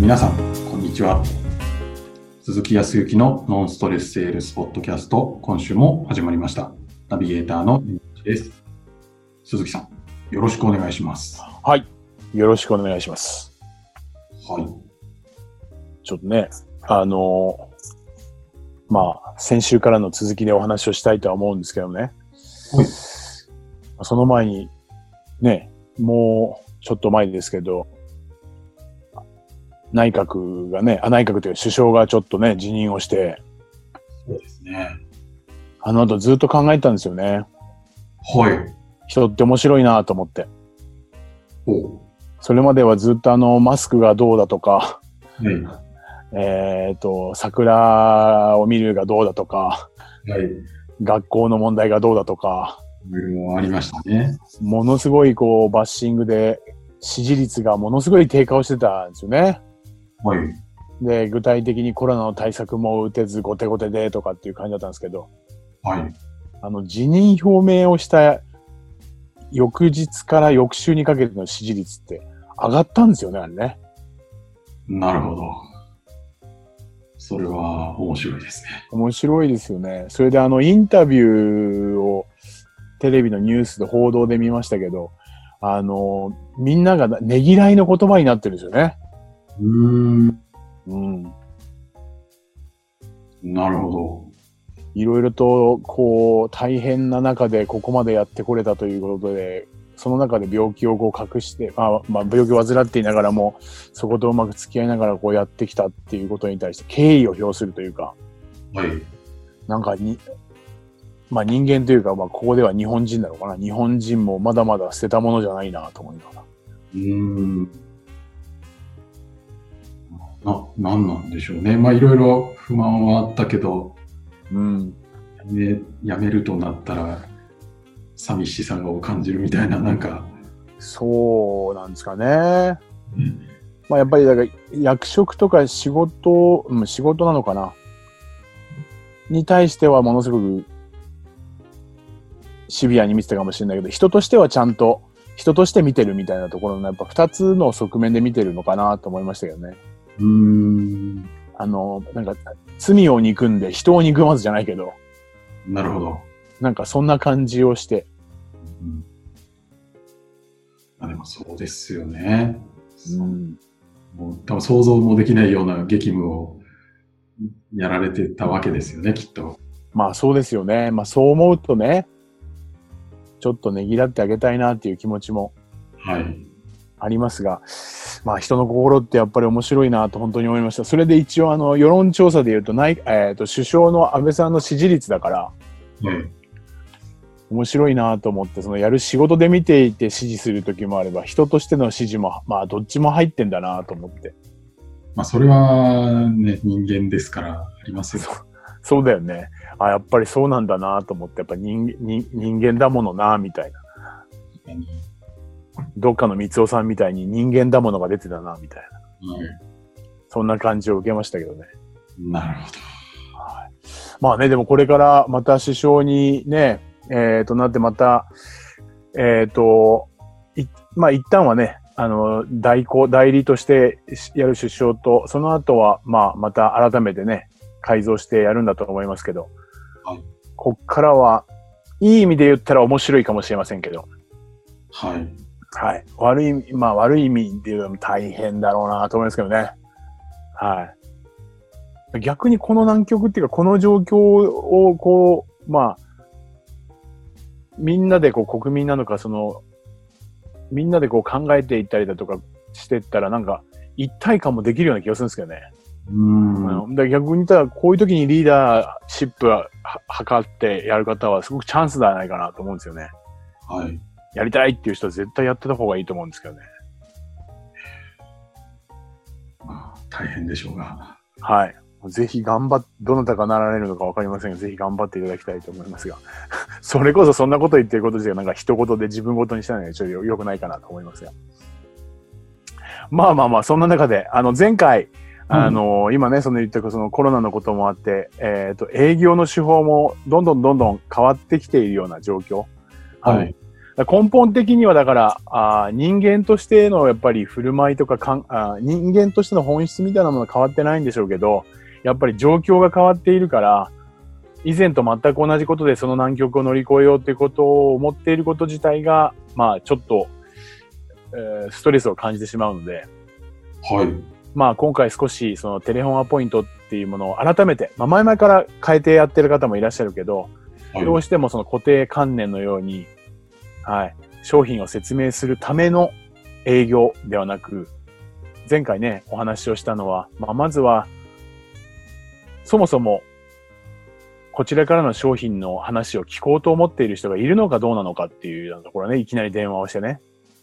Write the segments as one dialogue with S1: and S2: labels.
S1: 皆さん、こんにちは。鈴木康之のノンストレスセールスポッドキャスト、今週も始まりました。ナビゲーターの山口です。鈴木さん、よろしくお願いします。
S2: はい。よろしくお願いします。
S1: はい。
S2: ちょっとね、あのー、まあ、先週からの続きでお話をしたいとは思うんですけどね。
S1: はい。
S2: その前に、ね、もうちょっと前ですけど、内閣がね、あ内閣というか首相がちょっとね、辞任をして、
S1: そうですね。
S2: あの後ずっと考えたんですよね。
S1: はい。
S2: 人って面白いなと思って。
S1: お
S2: それまではずっとあの、マスクがどうだとか、
S1: はい、
S2: えっ、ー、と、桜を見るがどうだとか、
S1: はい、
S2: 学校の問題がどうだとか、
S1: ありましたね。
S2: ものすごいこう、バッシングで、支持率がものすごい低下をしてたんですよね。
S1: はい。
S2: で、具体的にコロナの対策も打てず、後手後手でとかっていう感じだったんですけど、
S1: はい。
S2: あの、辞任表明をした翌日から翌週にかけての支持率って上がったんですよね、あれね。
S1: なるほど。それは面白いですね。
S2: 面白いですよね。それであの、インタビューをテレビのニュースで報道で見ましたけど、あの、みんながねぎらいの言葉になってるんですよね。
S1: うん。
S2: うん。
S1: なるほど。
S2: いろいろと、こう、大変な中でここまでやってこれたということで、その中で病気をこう隠して、まあ、まあ、病気を患っていながらも、そことうまく付き合いながらこうやってきたっていうことに対して敬意を表するというか、
S1: はい。
S2: なんかに、まあ人間というか、まあここでは日本人なのかな。日本人もまだまだ捨てたものじゃないなと思いながら。
S1: うん。な、なんなんでしょうね。まあいろいろ不満はあったけど、
S2: うん。
S1: やめ、やめるとなったら、寂しさを感じるみたいな、なんか。
S2: そうなんですかね。うん、まあやっぱりだから役職とか仕事、うん、仕事なのかな。に対してはものすごくシビアに見てたかもしれないけど、人としてはちゃんと、人として見てるみたいなところの、やっぱ二つの側面で見てるのかなと思いましたけどね。
S1: うん。
S2: あの、なんか、罪を憎んで人を憎まずじゃないけど。
S1: なるほど。
S2: なんかそんな感じをして。
S1: うん。あでもそうですよね。
S2: うん。
S1: もう多分想像もできないような激務をやられてたわけですよね、きっと。
S2: まあそうですよね。まあそう思うとね、ちょっとねぎらってあげたいなっていう気持ちもありますが、はい、まあ人の心ってやっぱり面白いなと本当に思いました。それで一応あの世論調査で言うとない、えー、と首相の安倍さんの支持率だから、
S1: うん、
S2: 面白いなと思って、そのやる仕事で見ていて支持する時もあれば、人としての支持も、まあどっちも入ってんだなと思って。
S1: まあそれはね、人間ですからありますよ。
S2: そうだよね。あ、やっぱりそうなんだなと思って、やっぱ人人人間だものな、みたいな。どっかの三尾さんみたいに人間だものが出てたな、みたい
S1: な、うん。
S2: そんな感じを受けましたけどね。
S1: なるほど。
S2: はい、まあね、でもこれからまた首相にね、えっ、ー、となってまた、えっ、ー、と、いまあ一旦はね、あの、代行、代理としてやる首相と、その後は、まあ、また改めてね、改造してやるんだと思いますけど、
S1: はい、
S2: こっからはいい意味で言ったら面白いかもしれませんけど、
S1: はい。
S2: はい。悪い意味、まあ悪い意味で言うのも大変だろうなと思いますけどね。はい。逆にこの難局っていうか、この状況をこう、まあ、みんなでこう国民なのか、その、みんなでこう考えていったりだとかしてったら、なんか一体感もできるような気がするんですけどね。
S1: うん
S2: だ逆に言ったら、こういう時にリーダーシップは測ってやる方はすごくチャンスではないかなと思うんですよね。
S1: はい。
S2: やりたいっていう人は絶対やってた方がいいと思うんですけどね。
S1: まあ、大変でしょうが。
S2: はい。ぜひ頑張っ、どなたがなられるのかわかりませんが、ぜひ頑張っていただきたいと思いますが、 それこそそんなこと言ってること自体なんか一言で自分ごとにしたのはちょっと良くないかなと思いますが。まあまあまあ、そんな中で、あの、前回、あの、うん、今ね、その言ったそのコロナのこともあって、えっ、ー、と、営業の手法もどんどんどんどん変わってきているような状況。
S1: はい。
S2: だから根本的にはだからあー人間としてのやっぱり振る舞いとかかんあー人間としての本質みたいなものは変わってないんでしょうけどやっぱり状況が変わっているから以前と全く同じことでその難局を乗り越えようということを思っていること自体がまあちょっと、えーストレスを感じてしまうので
S1: はい。
S2: まあ今回少しそのテレフォンアポイントっていうものを改めて、まあ、前々から変えてやってる方もいらっしゃるけど、ど
S1: は
S2: う
S1: い。
S2: してもその固定観念のように、はい、商品を説明するための営業ではなく、前回ね、お話をしたのは、まあ、まずは、そもそも、こちらからの商品の話を聞こうと思っている人がいるのかどうなのかっていうようなところね、いきなり電話をしてね。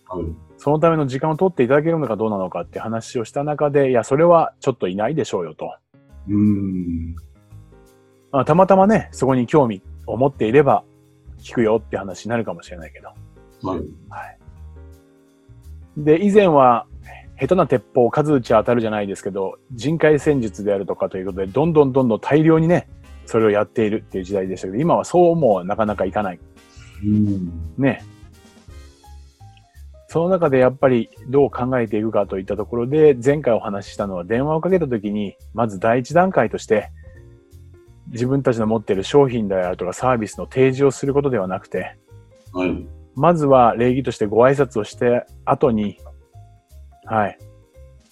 S1: はい
S2: そのための時間を取っていただけるのかどうなのかって話をした中で、いや、それはちょっといないでしょうよと。
S1: うーん。
S2: まあ、たまたまね、そこに興味を持っていれば、聞くよって話になるかもしれないけど。
S1: はい。
S2: で、以前は、下手な鉄砲、数打ち当たるじゃないですけど、人海戦術であるとかということで、どんどんどんどん大量にね、それをやっているっていう時代でしたけど、今はそうもなかなかいかない。
S1: うーん。
S2: ね。その中でやっぱりどう考えていくかといったところで、前回お話ししたのは電話をかけた時に、まず第一段階として、自分たちの持っている商品であるとかサービスの提示をすることではなくて、
S1: はい。
S2: まずは礼儀としてご挨拶をして後に、はい。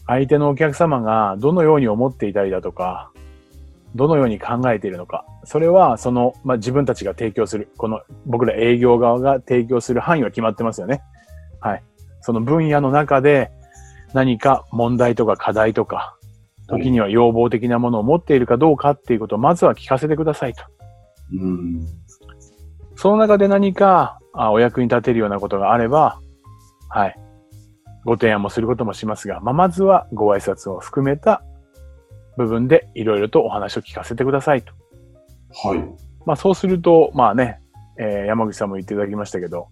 S2: 相手のお客様がどのように思っていたりだとか、どのように考えているのか。それは、その、まあ、自分たちが提供する、この、僕ら営業側が提供する範囲は決まってますよね。はい。その分野の中で何か問題とか課題とか、時には要望的なものを持っているかどうかっていうことをまずは聞かせてくださいと。
S1: うーん。
S2: その中で何かあお役に立てるようなことがあれば、はい。ご提案もすることもしますが、まあ、まずはご挨拶を含めた部分でいろいろとお話を聞かせてくださいと。
S1: はい。
S2: まあそうすると、まあね、えー山口さんも言っていただきましたけど、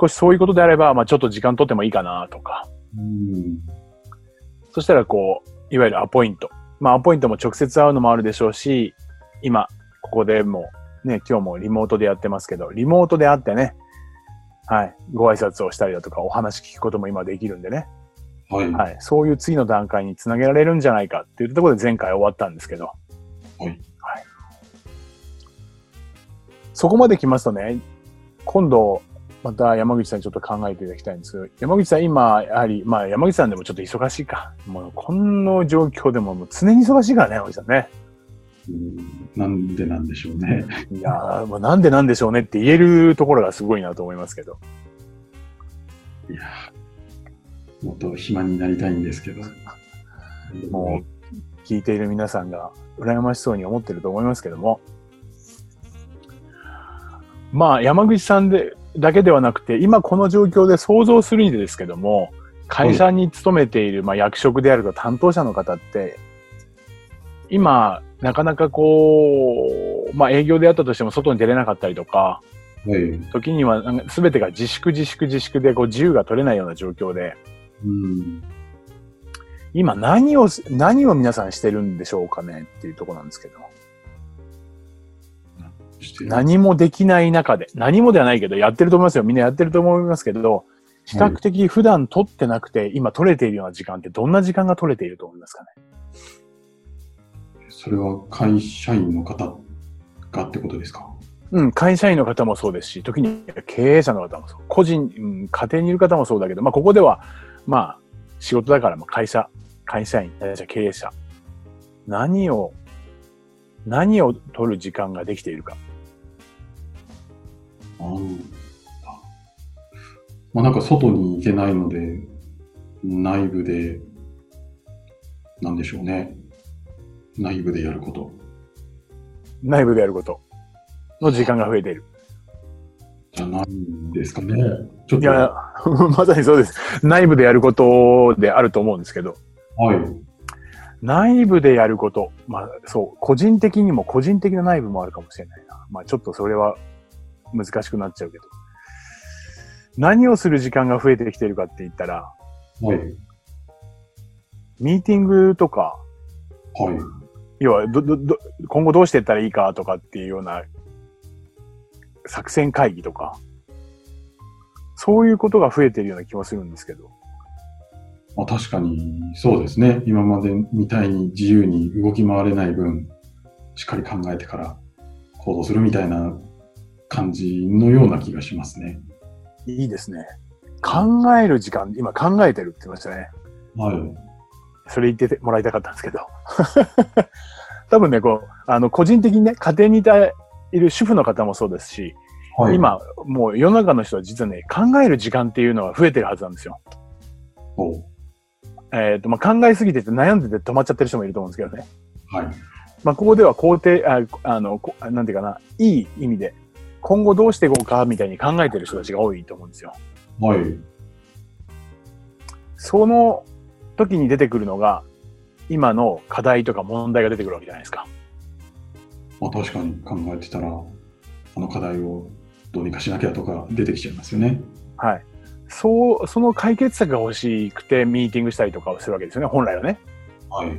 S2: 少しそういうことであれば、まあちょっと時間取ってもいいかなとか、
S1: うーん。
S2: そしたらこう、いわゆるアポイント。まあアポイントも直接会うのもあるでしょうし、今、ここでもうね、今日もリモートでやってますけど、リモートで会ってね、はい、ご挨拶をしたりだとか、お話聞くことも今できるんでね、
S1: はい。
S2: はい、そういう次の段階につなげられるんじゃないかっていうところで前回終わったんですけど、
S1: い
S2: はい。そこまで来ますとね、今度、また山口さんにちょっと考えていただきたいんですけど、山口さん今、やはり、まあ山口さんでもちょっと忙しいか。もうこの状況でももう常に忙しいからね、山口さんね。
S1: うーんなんでなんでしょうね。
S2: いやー、もうなんでなんでしょうねって言えるところがすごいなと思いますけど。
S1: いやーもっと暇になりたいんですけど。
S2: もう、聞いている皆さんが羨ましそうに思ってると思いますけども。まあ、山口さんで、だけではなくて、今この状況で想像するにですけども、会社に勤めている、まあ、役職であると担当者の方って、今、なかなかこう、まあ営業であったとしても外に出れなかったりとか、
S1: はい。う
S2: 時にはなんか全てが自粛自粛自粛でこう自由が取れないような状況で、
S1: ん。
S2: 今何をす、何を皆さんしてるんでしょうかねっていうところなんですけど。
S1: して
S2: 何もできない中で、何もではないけど、やってると思いますよ。みんなやってると思いますけど、比較的普段取ってなくて、今取れているような時間ってどんな時間が取れていると思いますかね。
S1: それは会社員の方がってことですか
S2: うん、会社員の方もそうですし、時に経営者の方もそう。個人、うん、家庭にいる方もそうだけど、まあ、ここでは、まあ、仕事だから、まあ、会社、会社員、会社経営者。何を、何を取る時間ができているか。
S1: なんだまあなんか外に行けないので、内部で、なんでしょうね。内部でやること。
S2: 内部でやることの時間が増えている。
S1: じゃないんですかね。ちょっ
S2: い
S1: と、
S2: や
S1: は、
S2: まさにそうです。内部でやることであると思うんですけど、
S1: い。
S2: 内部でやること、まあそう、個人的にも個人的な内部もあるかもしれないな。まあちょっとそれは難しくなっちゃうけど。何をする時間が増えてきてるかって言ったら、
S1: はい。
S2: ミーティングとか、
S1: はい。
S2: 要はど、ど、ど、今後どうしていったらいいかとかっていうような作戦会議とか、そういうことが増えてるような気もするんですけど。
S1: まあ、確かにそうですね。今までみたいに自由に動き回れない分、しっかり考えてから行動するみたいな感じのような気がしますね。
S2: いいですね。考える時間、今考えてるって言いましたね。
S1: はい。
S2: それ言ってもらいたかったんですけど。 多分ね、こう、あの、個人的にね、家庭にいたいる主婦の方もそうですし、
S1: はい、
S2: 今、もう世の中の人は実はね、考える時間っていうのが増えてるはずなんですよ。
S1: お
S2: えっ、と、まあ、考えすぎてて悩んでて止まっちゃってる人もいると思うんですけどね。
S1: はい。
S2: まあ、ここでは肯定、ああの、こなんていうかな、いい意味で、今後どうしていこうかみたいに考えてる人たちが多いと思うんですよ。
S1: はい。
S2: その時に出てくるのが、今の課題とか問題が出てくるわけじゃないですか。
S1: まあ、確かに考えてたら、あの課題をどうにかしなきゃとか出てきちゃいますよね。
S2: はい。そう、その解決策が欲しくて、ミーティングしたりとかをするわけですよね、本来はね。
S1: はい。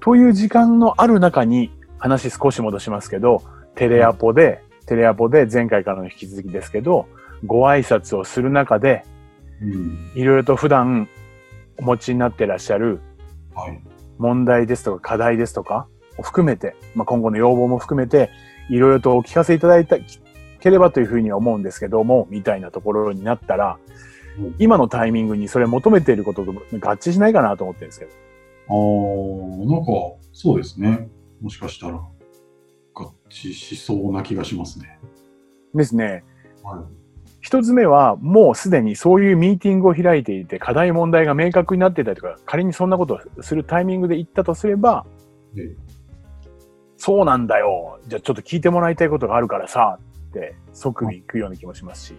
S2: という時間のある中に、話少し戻しますけど、テレアポで、テレアポで前回からの引き続きですけど、ご挨拶をする中で、
S1: うん。
S2: いろいろと普段お持ちになってらっしゃる
S1: はい。
S2: 問題ですとか課題ですとかを含めて、まあ、今後の要望も含めて、いろいろとお聞かせいただいたければというふうには思うんですけども、みたいなところになったら
S1: うん、
S2: 今のタイミングにそれ求めていることと合致しないかなと思ってるんですけど。
S1: あー、なんか、そうですね。もしかしたら、合致しそうな気がしますね。
S2: ですね。
S1: は
S2: 一つ目は、もうすでにそういうミーティングを開いていて、課題問題が明確になっていたりとか、仮にそんなことをするタイミングで言ったとすれば、
S1: い。で
S2: そうなんだよ。じゃあちょっと聞いてもらいたいことがあるからさ、って即に行くような気もしますし。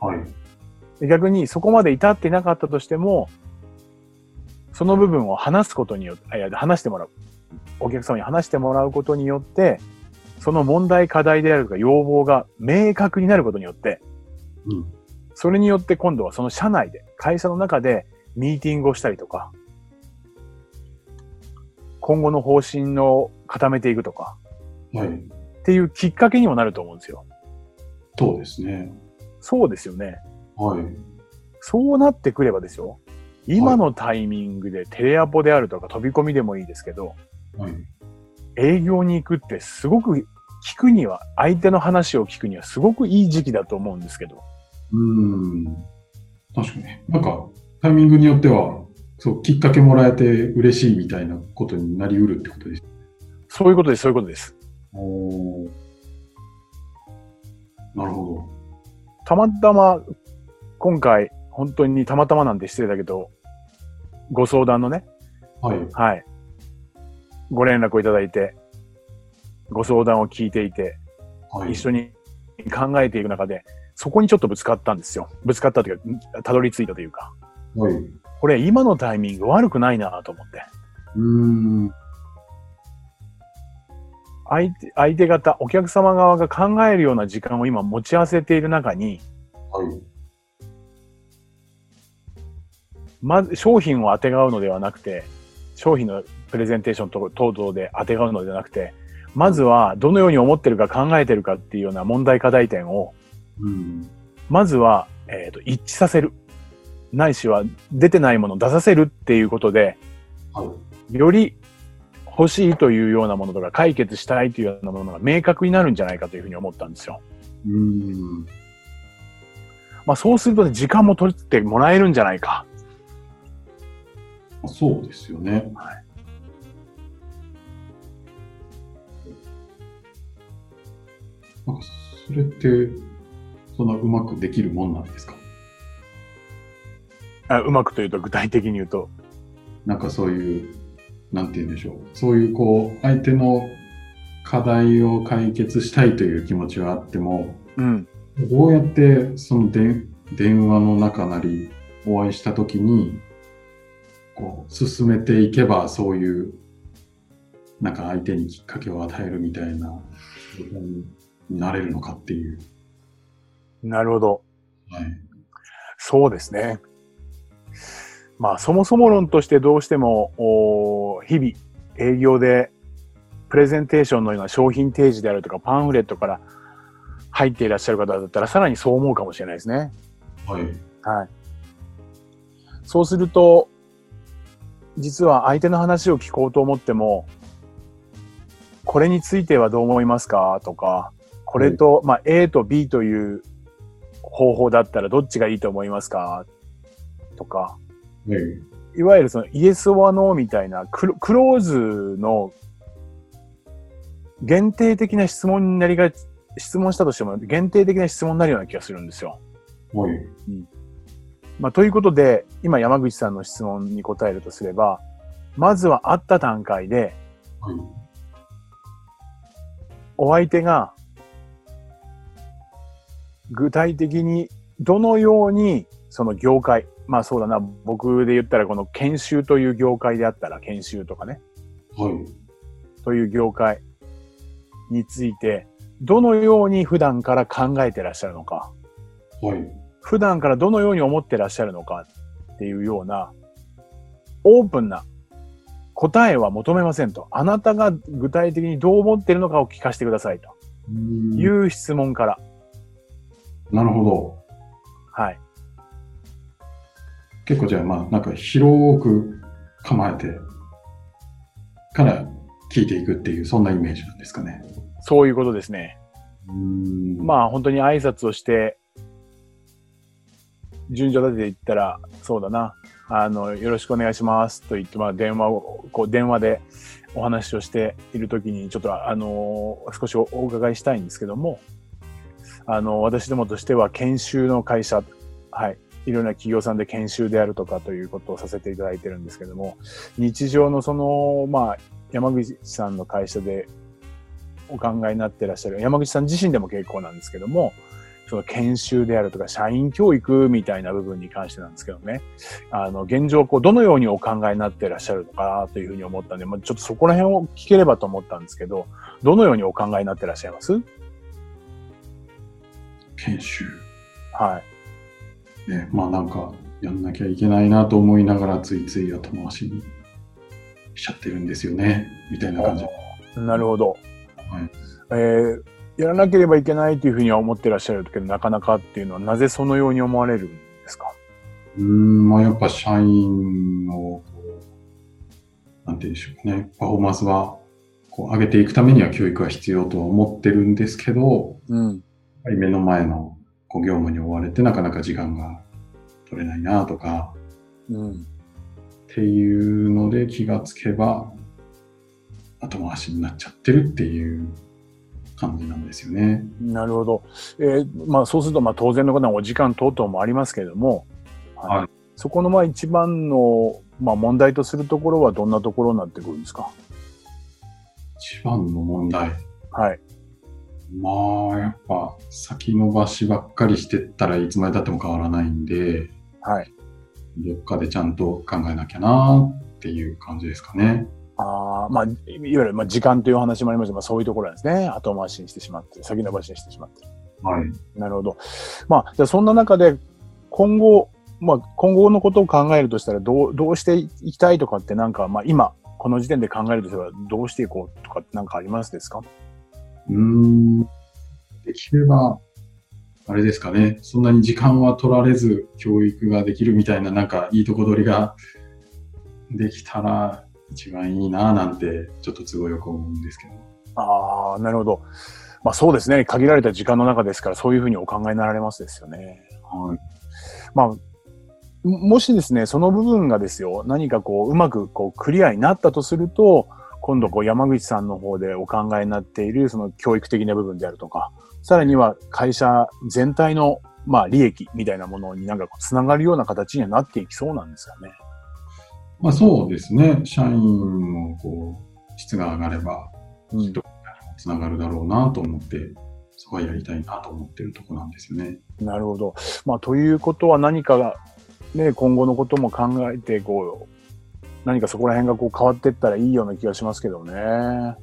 S1: はい。
S2: で逆にそこまで至ってなかったとしても、その部分を話すことによって、あいや、話してもらう。お客様に話してもらうことによって、その問題、課題であるとか要望が明確になることによって、
S1: うん。
S2: それによって今度はその社内で、会社の中でミーティングをしたりとか、今後の方針を固めていくとか、
S1: はい。
S2: っていうきっかけにもなると思うんですよ。
S1: そうですね。
S2: そうですよね。
S1: はい。
S2: そうなってくればですよ。今のタイミングでテレアポであるとか飛び込みでもいいですけど、
S1: はい。
S2: 営業に行くってすごく聞くには、相手の話を聞くにはすごくいい時期だと思うんですけど。
S1: うん。確かに。なんか、タイミングによっては、そう、きっかけもらえて嬉しいみたいなことになりうるってことです。
S2: そういうことです、そういうことです。
S1: おーなるほ
S2: たまたま、今回、本当にたまたまなんて失礼だけど、ご相談のね、
S1: ど。はい。
S2: はい。ご連絡をいただいて、ご相談を聞いていて、
S1: はい。
S2: 一緒に考えていく中で、そこにちょっとぶつかったんですよ。ぶつかったというか、んたどり着いたというか、
S1: はい。
S2: これ今のタイミング悪くないなと思って。
S1: うん。
S2: 相手、相手方、お客様側が考えるような時間を今持ち合わせている中に、
S1: はい。
S2: まず商品をあてがうのではなくて、商品のプレゼンテーションと等々であてがうのではなくて、まずはどのように思ってるか考えてるかっていうような問題課題点を、
S1: うん。
S2: まずは、えーと一致させる。ないしは出てないものを出させるっていうことで、
S1: はい。
S2: より欲しいというようなものとか解決したいというようなものが明確になるんじゃないかというふうに思ったんですよ。
S1: うん。
S2: まあそうするとね、時間も取ってもらえるんじゃないか。
S1: あそうですよね。なんか、それって、そんなうまくできるもんなんですか
S2: あうまくというと具体的に言うと。
S1: なんかそういう、なんて言うんでしょう。そういうこう、相手の課題を解決したいという気持ちはあっても、
S2: うん。
S1: どうやってそので電話の中なり、お会いした時に、こう、進めていけば、そういう、なんか相手にきっかけを与えるみたいな、状態になれるのかっていう。
S2: なるほど。
S1: はい。
S2: そうですね。まあそもそも論としてどうしても、おー日々営業でプレゼンテーションのような商品提示であるとかパンフレットから入っていらっしゃる方だったら、さらにそう思うかもしれないですね。
S1: はい。
S2: はい。そうすると、実は相手の話を聞こうと思っても、これについてはどう思いますかとか、これと、まあ、A と B という方法だったらどっちがいいと思いますかとか、
S1: はい。
S2: いわゆるそのイエス・オア・ノーみたいなクロクローズの限定的な質問になりがち、質問したとしても限定的な質問になるような気がするんですよ。
S1: はい。
S2: まあ、ということで、今山口さんの質問に答えるとすれば、まずは会った段階で、
S1: はい。
S2: お相手が、具体的にどのように、その業界、まあそうだな、僕で言ったらこの研修という業界であったら、研修とかね、
S1: はい。
S2: という業界について、どのように普段から考えてらっしゃるのか、
S1: はい。
S2: 普段からどのように思ってらっしゃるのかっていうような、オープンな答えは求めませんと。あなたが具体的にどう思っているのかを聞かせてくださいとい
S1: ゆ
S2: う質問から。
S1: なるほど。
S2: はい。
S1: 結構じゃあ、まあ、なんか広く構えてから聞いていくっていう、そんなイメージなんですかね。
S2: そういうことですね。
S1: あ、
S2: まあ本当に挨拶をして、順序立てていったら、そうだな。あの、よろしくお願いしますと言って、まあ電話を、こう電話でお話をしているときに、ちょっとあの少しお伺いしたいんですけども、あの、私どもとしては研修の会社、はい。いろんな企業さんで研修であるとかということをさせていただいてるんですけども、日常のその、まあ、山口さんの会社でお考えになってらっしゃる、山口さん自身でも結構なんですけども、その研修であるとか、社員教育みたいな部分に関してなんですけどね、あの、現状、こう、どのようにお考えになってらっしゃるのかなというふうに思ったんで、まあ、ちょっとそこら辺を聞ければと思ったんですけど、どのようにお考えになってらっしゃいます
S1: 研修。
S2: はい。
S1: ね、まあなんか、やんなきゃいけないなと思いながら、ついつい後回しにしちゃってるんですよね、みたいな感じ。
S2: なるほど。
S1: はい
S2: えーやらなければいけないというふうには思ってらっしゃるけど、なかなかっていうのは、なぜそのように思われるんですか
S1: うーん、まあやっぱ社員を、こうなんて言うんでしょうかね、パフォーマンスは、こう上げていくためには教育は必要とは思ってるんですけど、
S2: うん。
S1: やっぱり目の前のこう業務に追われてなかなか時間が取れないなとか
S2: うん。
S1: っていうので気がつけば後回しになっちゃってるっていう感じなんですよね。
S2: なるほど。えーまあ、そうすると、まあ、当然のことはお時間等々もありますけれども、
S1: はい
S2: そこのまあ一番の、まあ、問題とするところはどんなところになってくるんですか
S1: 一番の問題。
S2: はい。
S1: まあやっぱ先延ばしばっかりしてったらいつまで経っても変わらないんで
S2: はい。
S1: どっかでちゃんと考えなきゃなっていう感じですかね。
S2: あーまあ、いわゆる、まあ、時間という話もありましたが、まあ、そういうところなんですね。後回しにしてしまって、先延ばしにしてしまって。
S1: はい。
S2: なるほど。まあ、じゃあそんな中で、今後、まあ、今後のことを考えるとしたら、どう、どうしていきたいとかって、なんか、まあ、今、この時点で考えるとしたら、どうしていこうとかってなんかありますですか
S1: うーん、できれば、あれですかね、そんなに時間は取られず、教育ができるみたいな、なんかいいとこ取りができたら、一番いいなぁなんて、ちょっと都合よく思うんですけど。
S2: ああ、なるほど。まあそうですね。限られた時間の中ですから、そういうふうにお考えになられますですよね。
S1: はい。
S2: まあ、ももしですね、その部分がですよ、何かこう、うまくこう、クリアになったとすると、今度こう、山口さんの方でお考えになっている、その教育的な部分であるとか、さらには会社全体の、まあ、利益みたいなものになんかこう、つながるような形にはなっていきそうなんですかね。
S1: まあそうですね、社員もこう、質が上がれば、
S2: うん
S1: きっと、つながるだろうなと思って、そこはやりたいなと思ってるとこなんですよね。
S2: なるほど。まあ、ということは何かが、ね、今後のことも考えて、こう、何かそこら辺がこう変わっていったらいいような気がしますけどね。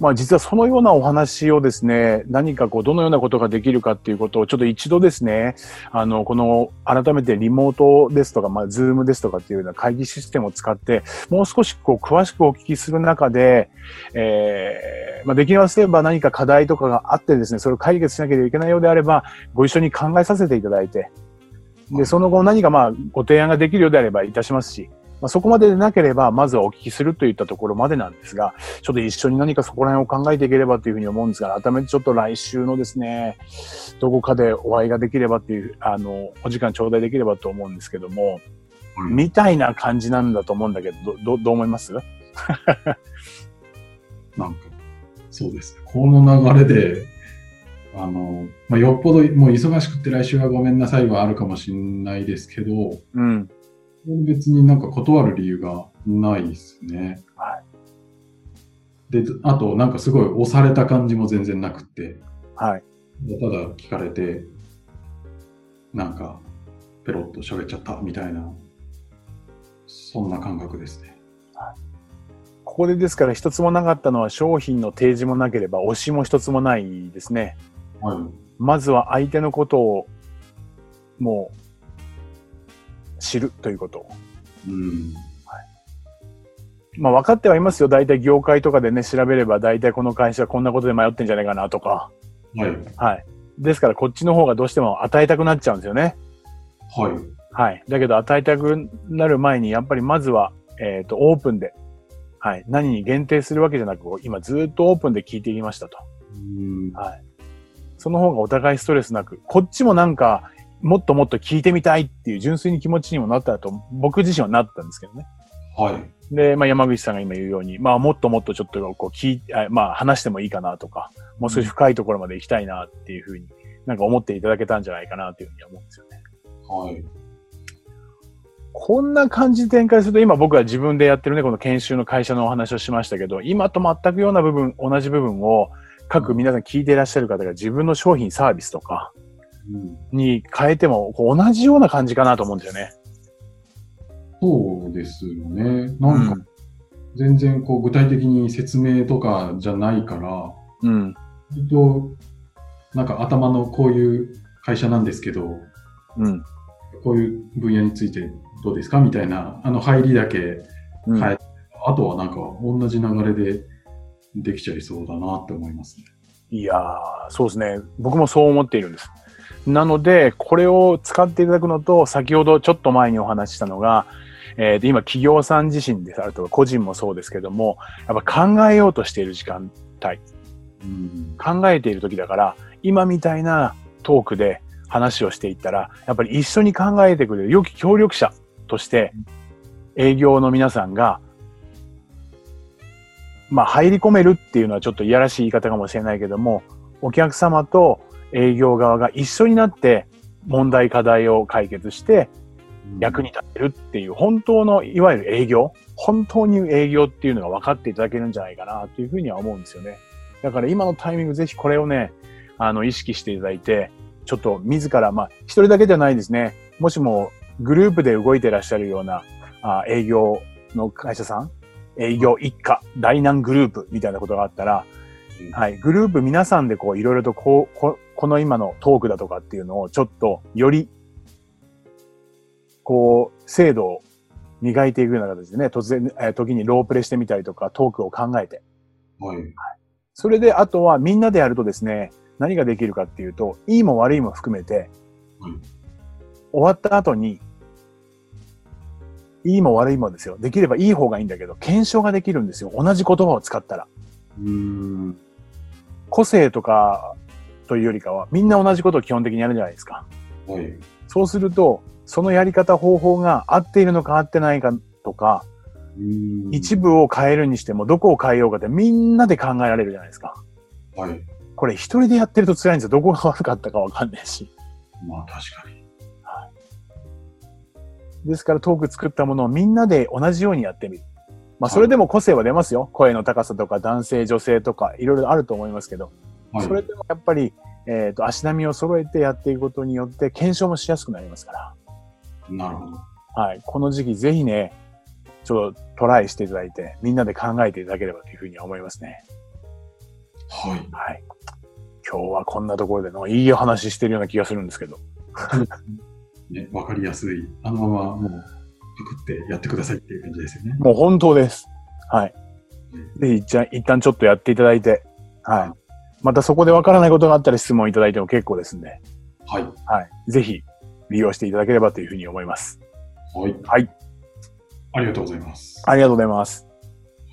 S2: まあ実はそのようなお話をですね、何かこうどのようなことができるかっていうことをちょっと一度ですね、あの、この改めてリモートですとか、まあズームですとかっていうような会議システムを使って、もう少しこう詳しくお聞きする中で、えーまあ、できますれば何か課題とかがあってですね、それを解決しなければいけないようであれば、ご一緒に考えさせていただいて、で、その後何かまあ、ご提案ができるようであればいたしますし、まあ、そこまででなければ、まずはお聞きするといったところまでなんですが、ちょっと一緒に何かそこら辺を考えていければというふうに思うんですが、改めてちょっと来週のですね、どこかでお会いができればっていう、あの、お時間頂戴できればと思うんですけども、
S1: うん
S2: みたいな感じなんだと思うんだけど、ど、どどう思います
S1: なんか、そうですね。この流れで、あの、まあ、よっぽどもう忙しくて来週はごめんなさいはあるかもしれないですけど、
S2: うん。
S1: 別になんか断る理由がないですね。。
S2: は
S1: で、
S2: い
S1: あとなんかすごい押された感じも全然なくって、
S2: はい。
S1: ただ聞かれて、なんか、ペロッと喋っちゃったみたいな、そんな感覚ですね。
S2: ここでですから一つもなかったのは商品の提示もなければ推しも一つもないですね。
S1: はい。
S2: まずは相手のことをもう知るということ。
S1: うん。
S2: まあ分かってはいますよ。大体業界とかでね、調べれば大体この会社はこんなことで迷ってんじゃないかなとか。
S1: はい。
S2: はい。ですからこっちの方がどうしても与えたくなっちゃうんですよね。
S1: はい。
S2: はい。だけど与えたくなる前に、やっぱりまずは、えっ、と、オープンで。はい。何に限定するわけじゃなく、今ずっとオープンで聞いていきましたと。
S1: うん。
S2: その方がお互いストレスなく、こっちもなんか、もっともっと聞いてみたいっていう純粋に気持ちにもなったと、僕自身はなったんですけどね。
S1: はい。
S2: で、まあ、山口さんが今言うように、まあ、もっともっとちょっとこう聞い、あまあ、話してもいいかなとか、もう少し深いところまで行きたいなっていうふうに、なんか思っていただけたんじゃないかなというふうに思うんですよね。
S1: はい。
S2: こんな感じで展開すると、今僕は自分でやってるね、この研修の会社のお話をしましたけど、今と全くような部分、同じ部分を、各皆さん聞いていらっしゃる方が自分の商品、サービスとか、
S1: うん
S2: に変えてもこう同じような感じかなと思うんですよね。
S1: そうですよね。なんか、全然こう具体的に説明とかじゃないから、
S2: うん。
S1: 割と、なんか頭のこういう会社なんですけど、
S2: うん。
S1: こういう分野についてどうですかみたいな、あの入りだけ、
S2: うん。
S1: はいあとはなんか同じ流れでできちゃいそうだなって思いますね。
S2: いやー、そうですね。僕もそう思っているんです。なので、これを使っていただくのと、先ほどちょっと前にお話ししたのが、えーと今、企業さん自身であるとか、個人もそうですけども、やっぱ考えようとしている時間、
S1: うん。
S2: 考えている時だから、今みたいなトークで話をしていったら、やっぱり一緒に考えてくれる良き協力者として、営業の皆さんが、まあ、入り込めるっていうのはちょっといやらしい言い方かもしれないけども、お客様と営業側が一緒になって問題課題を解決して役に立てるっていう、本当のいわゆる営業、本当に営業っていうのが分かっていただけるんじゃないかなというふうには思うんですよね。だから今のタイミングぜひこれをね、あの、意識していただいて、ちょっと自ら、まあ、一人だけじゃないですね。もしもグループで動いてらっしゃるような、あ営業の会社さん、営業一家、大難グループみたいなことがあったら、はい、グループ皆さんでこういろいろとこうここの今のトークだとかっていうのをちょっとよりこう精度を磨いていくような形でね突然、えー時にロープレしてみたりとかトークを考えて
S1: はい。
S2: それであとはみんなでやるとですね何ができるかっていうといいも悪いも含めて、
S1: うん
S2: 終わった後にいいも悪いもですよできればいい方がいいんだけど検証ができるんですよ同じ言葉を使ったら。
S1: うん。
S2: 個性とかというよりかは、みんな同じことを基本的にやるじゃないですか。
S1: はい。
S2: そうすると、そのやり方方法が合っているのか合ってないかとか、
S1: うん
S2: 一。部を変えるにしてもどこを変えようかってみんなで考えられるじゃないですか。
S1: はい。
S2: これ一人でやってると辛いんですよ。どこが悪かったかわかんないし。
S1: まあ確かに。
S2: ですからトーク作ったものをみんなで同じようにやってみる。まあそれでも個性は出ますよ。声の高さとか男性女性とかいろいろあると思いますけど、
S1: はい。
S2: それでもやっぱり、えっ、と、足並みを揃えてやっていくことによって検証もしやすくなりますから。
S1: なるほど。
S2: はい。この時期ぜひね、ちょっとトライしていただいて、みんなで考えていただければというふうには思いますね。
S1: はい。
S2: はい。今日はこんなところでのいいお話してるような気がするんですけど。
S1: ね、わかりやすい。あのままもう、パクってやってくださいっていう感じですよね。
S2: もう本当です。はい
S1: うん。
S2: ぜひ一旦、一旦ちょっとやっていただいて、はい。またそこでわからないことがあったら質問いただいても結構ですんで、
S1: はい。
S2: はい。ぜひ利用していただければというふうに思います。
S1: はい。
S2: はい。
S1: ありがとうございます。
S2: ありがとうございます。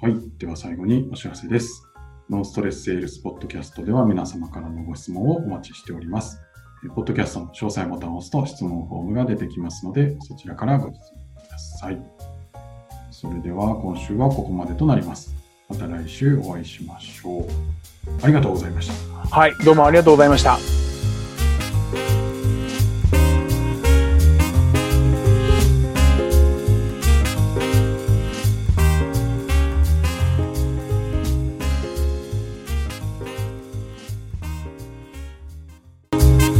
S1: はい。では最後にお知らせです。ノンストレスセールスポッドキャストでは皆様からのご質問をお待ちしております。えポッドキャストの詳細ボタンを押すと質問フォームが出てきますので、そちらからご質問ください。それでは今週はここまでとなります。また来週お会いしましょう。ありがとうございました。
S2: はい。どうもありがとうございました。